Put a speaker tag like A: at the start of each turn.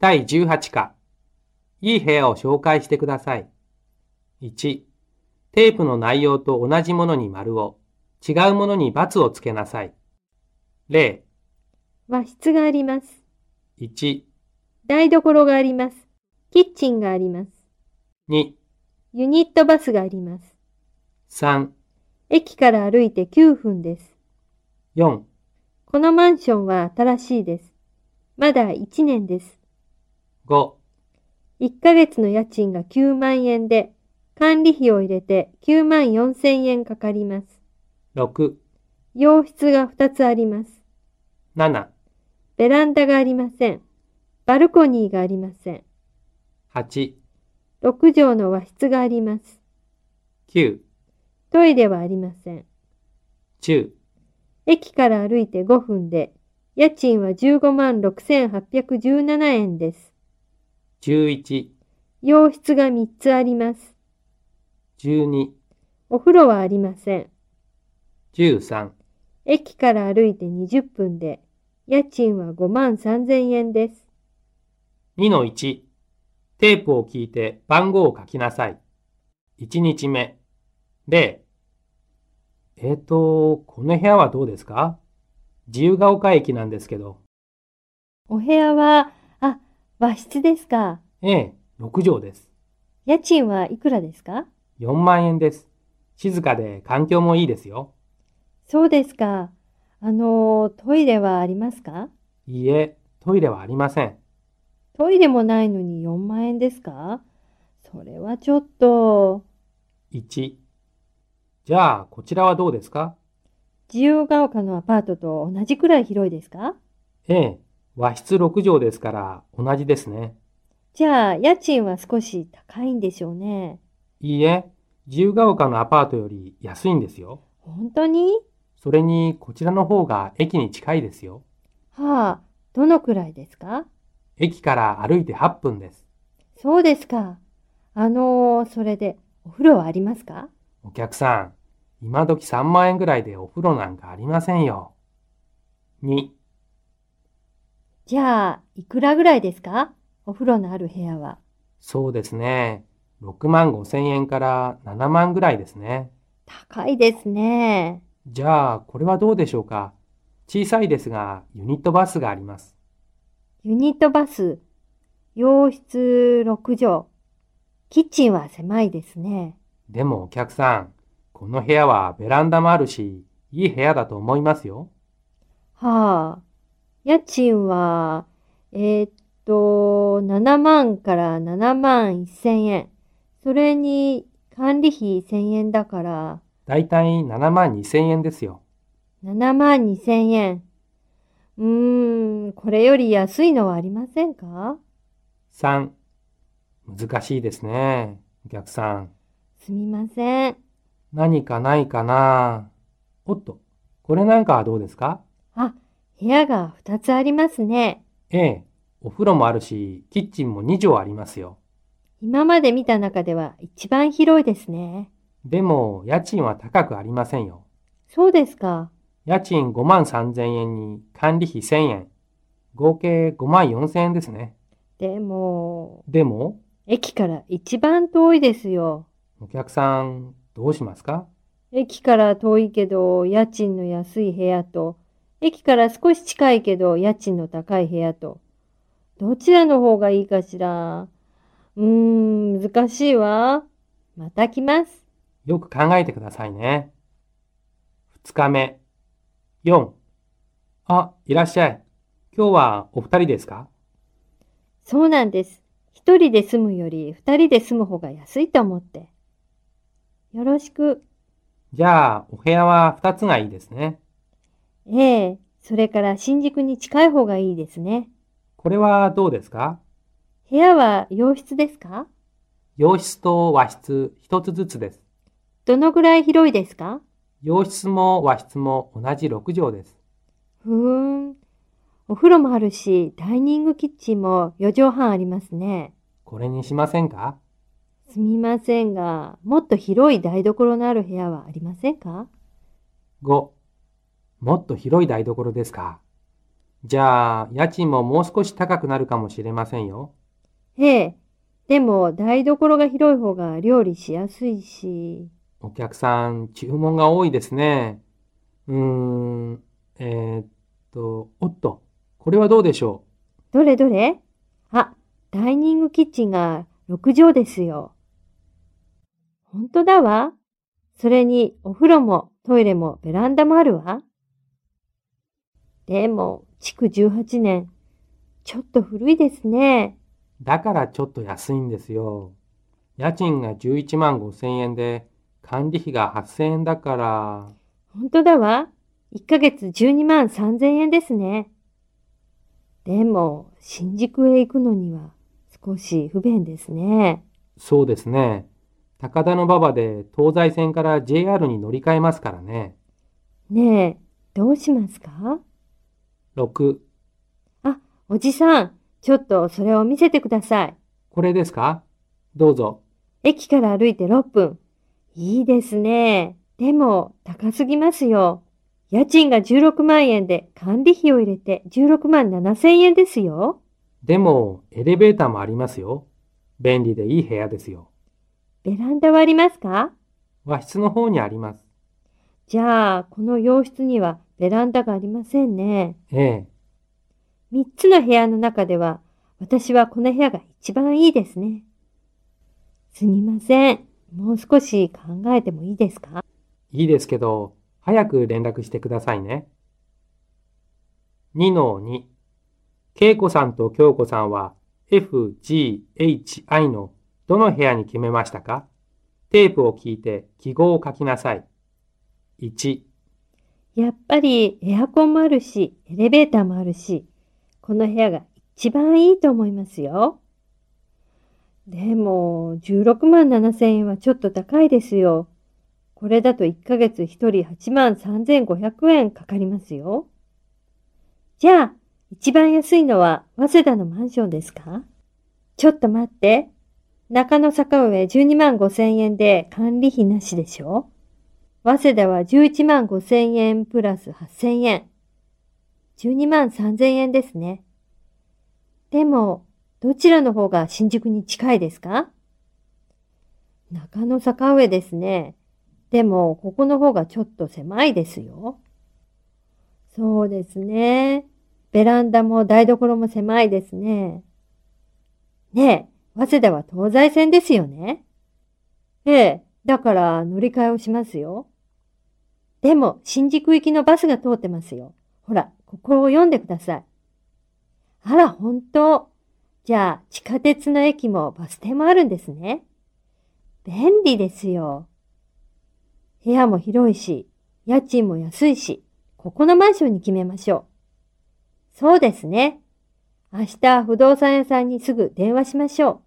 A: 第18課。いい部屋を紹介してください。1、テープの内容と同じものに丸を、違うものに×をつけなさい。例
B: 和室があります。
A: 1、
B: 台所があります。キッチンがあります。
A: 2、
B: ユニットバスがあります。
A: 3、
B: 駅から歩いて9分です。
A: 4、
B: このマンションは新しいです。まだ1年です。
A: 5、
B: 1ヶ月の家賃が9万円で、管理費を入れて9万4千円かかります。
A: 6、
B: 洋室が2つあります。
A: 7、
B: ベランダがありません。バルコニーがありません。
A: 8、
B: 6畳の和室があります。
A: 9、
B: トイレはありません。
A: 10、
B: 駅から歩いて5分で、家賃は15万6817円です。
A: 11、
B: 洋室が3つあります。
A: 12、
B: お風呂はありません。
A: 13、
B: 駅から歩いて20分で、家賃は5万3000円です。
A: 2の1、テープを聞いて番号を書きなさい。1日目、0。えっ、と、この部屋はどうですか自由が丘駅なんですけど、
B: お部屋は、あ、和室ですか。
A: ええ、6畳です。
B: 家賃はいくらですか
A: 4万円です。静かで環境もいいですよ。
B: そうですか。あの、トイレはありますか
A: いいえ、トイレはありません。
B: トイレもないのに4万円ですかそれはちょっと、
A: 1。じゃあ、こちらはどうですか
B: 自由が丘のアパートと同じくらい広いですか
A: ええ、和室6畳ですから同じですね。
B: じゃあ、家賃は少し高いんでしょうね。
A: いいえ、自由が丘のアパートより安いんですよ。
B: 本当に
A: それに、こちらの方が駅に近いですよ。
B: はあ、どのくらいですか
A: 駅から歩いて8分です。
B: そうですか。あのーそれで、お風呂はありますか
A: お客さん、今時3万円ぐらいでお風呂なんかありませんよ。2、
B: じゃあ、いくらぐらいですかお風呂のある部屋は。
A: そうですね。6万5千円から7万ぐらいですね。
B: 高いですね。
A: じゃあ、これはどうでしょうか。小さいですが、ユニットバスがあります。
B: ユニットバス、洋室6畳。キッチンは狭いですね。
A: でもお客さん、この部屋はベランダもあるし、いい部屋だと思いますよ。
B: はあ、家賃は、えーっと、7万から7万1000円。それに、管理費1000円だから、
A: だいたい7万2千円ですよ。
B: 7万2000円。うーん、これより安いのはありませんか
A: 3、難しいですね。お客さん、
B: すみません。
A: 何かないかな。おっと、これなんかはどうですか
B: あ、部屋が2つありますね。
A: ええ、お風呂もあるし、キッチンも2畳ありますよ。
B: 今まで見た中では一番広いですね。
A: でも、家賃は高くありませんよ。
B: そうですか。
A: 家賃5万3000円に管理費1000円。合計5万4000円ですね。
B: でも、
A: でも、
B: 駅から一番遠いですよ。
A: お客さん、どうしますか
B: 駅から遠いけど家賃の安い部屋と、駅から少し近いけど家賃の高い部屋と、どちらの方がいいかしら。うーん、難しいわ。また来ます。
A: よく考えてくださいね。二日目。4。あ、いらっしゃい。今日はお二人ですか
B: そうなんです。一人で住むより二人で住む方が安いと思って。よろしく。
A: じゃあ、お部屋は二つがいいですね。
B: ええ、それから新宿に近い方がいいですね。
A: これはどうですか
B: 部屋は洋室ですか
A: 洋室と和室一つずつです。
B: どのぐらい広いですか
A: 洋室も和室も同じ6畳です。
B: ふーん。お風呂もあるし、ダイニングキッチンも4畳半ありますね。
A: これにしませんか
B: すみませんが、もっと広い台所のある部屋はありませんか
A: ?5。もっと広い台所ですかじゃあ、家賃ももう少し高くなるかもしれませんよ。
B: ええ。でも、台所が広い方が料理しやすいし。
A: お客さん、注文が多いですね。うーん、えーっと、おっと、これはどうでしょ
B: どれどれあ、ダイニングキッチンが6畳ですよ。ほんとだわ。それに、お風呂もトイレもベランダもあるわ。でも、築18年。ちょっと古いですね。
A: う。だからちょっと安いんですよ。家賃が11万5千円で、管理費が8千円だから、
B: ほんとだわ。1ヶ月12万3000円ですね。でも、新宿へ行くのには少し不便ですね。
A: そうですね。高田馬場で東西線から JR に乗り換えますからね。
B: ねえ、どうしますか
A: 6、
B: おじさん、ちょっとそれを見せてください。
A: これですかどうぞ。
B: 駅から歩いて6分。いいですね。でも、高すぎますよ。家賃が16万円で、管理費を入れて16万7千円ですよ。
A: でも、エレベーターもありますよ。便利でいい部屋ですよ。
B: ベランダはありますか
A: 和室の方にあります。
B: じゃあ、この洋室にはベランダがありませんね。
A: ええ。
B: 3つの部屋の中では、私はこの部屋が一番いいですね。すみません。もう少し考えてもいいですか
A: いいですけど、早く連絡してくださいね。2-2恵子さんと京子さんは F、G、H、I のどの部屋に決めましたかテープを聞いて記号を書きなさい。1、
B: やっぱりエアコンもあるし、エレベーターもあるし、この部屋が一番いいと思いますよ。でも、16万7千円はちょっと高いですよ。これだと1ヶ月1人8万3500円かかりますよ。じゃあ、一番安いのは早稲田のマンションですかちょっと待って。中野坂上12万5千円で管理費なしでしょ早稲田は11万5千円プラス8千円。12万3千円ですね。でも、どちらの方が新宿に近いですか中野坂上ですね。でも、ここの方がちょっと狭いですよ。そうですね。ベランダも台所も狭いですね。ねえ、早稲田は東西線ですよね。ええ、だから乗り換えをしますよ。でも、新宿行きのバスが通ってますよ。ほら、ここを読んでください。あら、本当。じゃあ、地下鉄の駅もバス停もあるんですね。便利ですよ。部屋も広いし、家賃も安いし、ここのマンションに決めましょう。そうですね。明日、不動産屋さんにすぐ電話しましょう。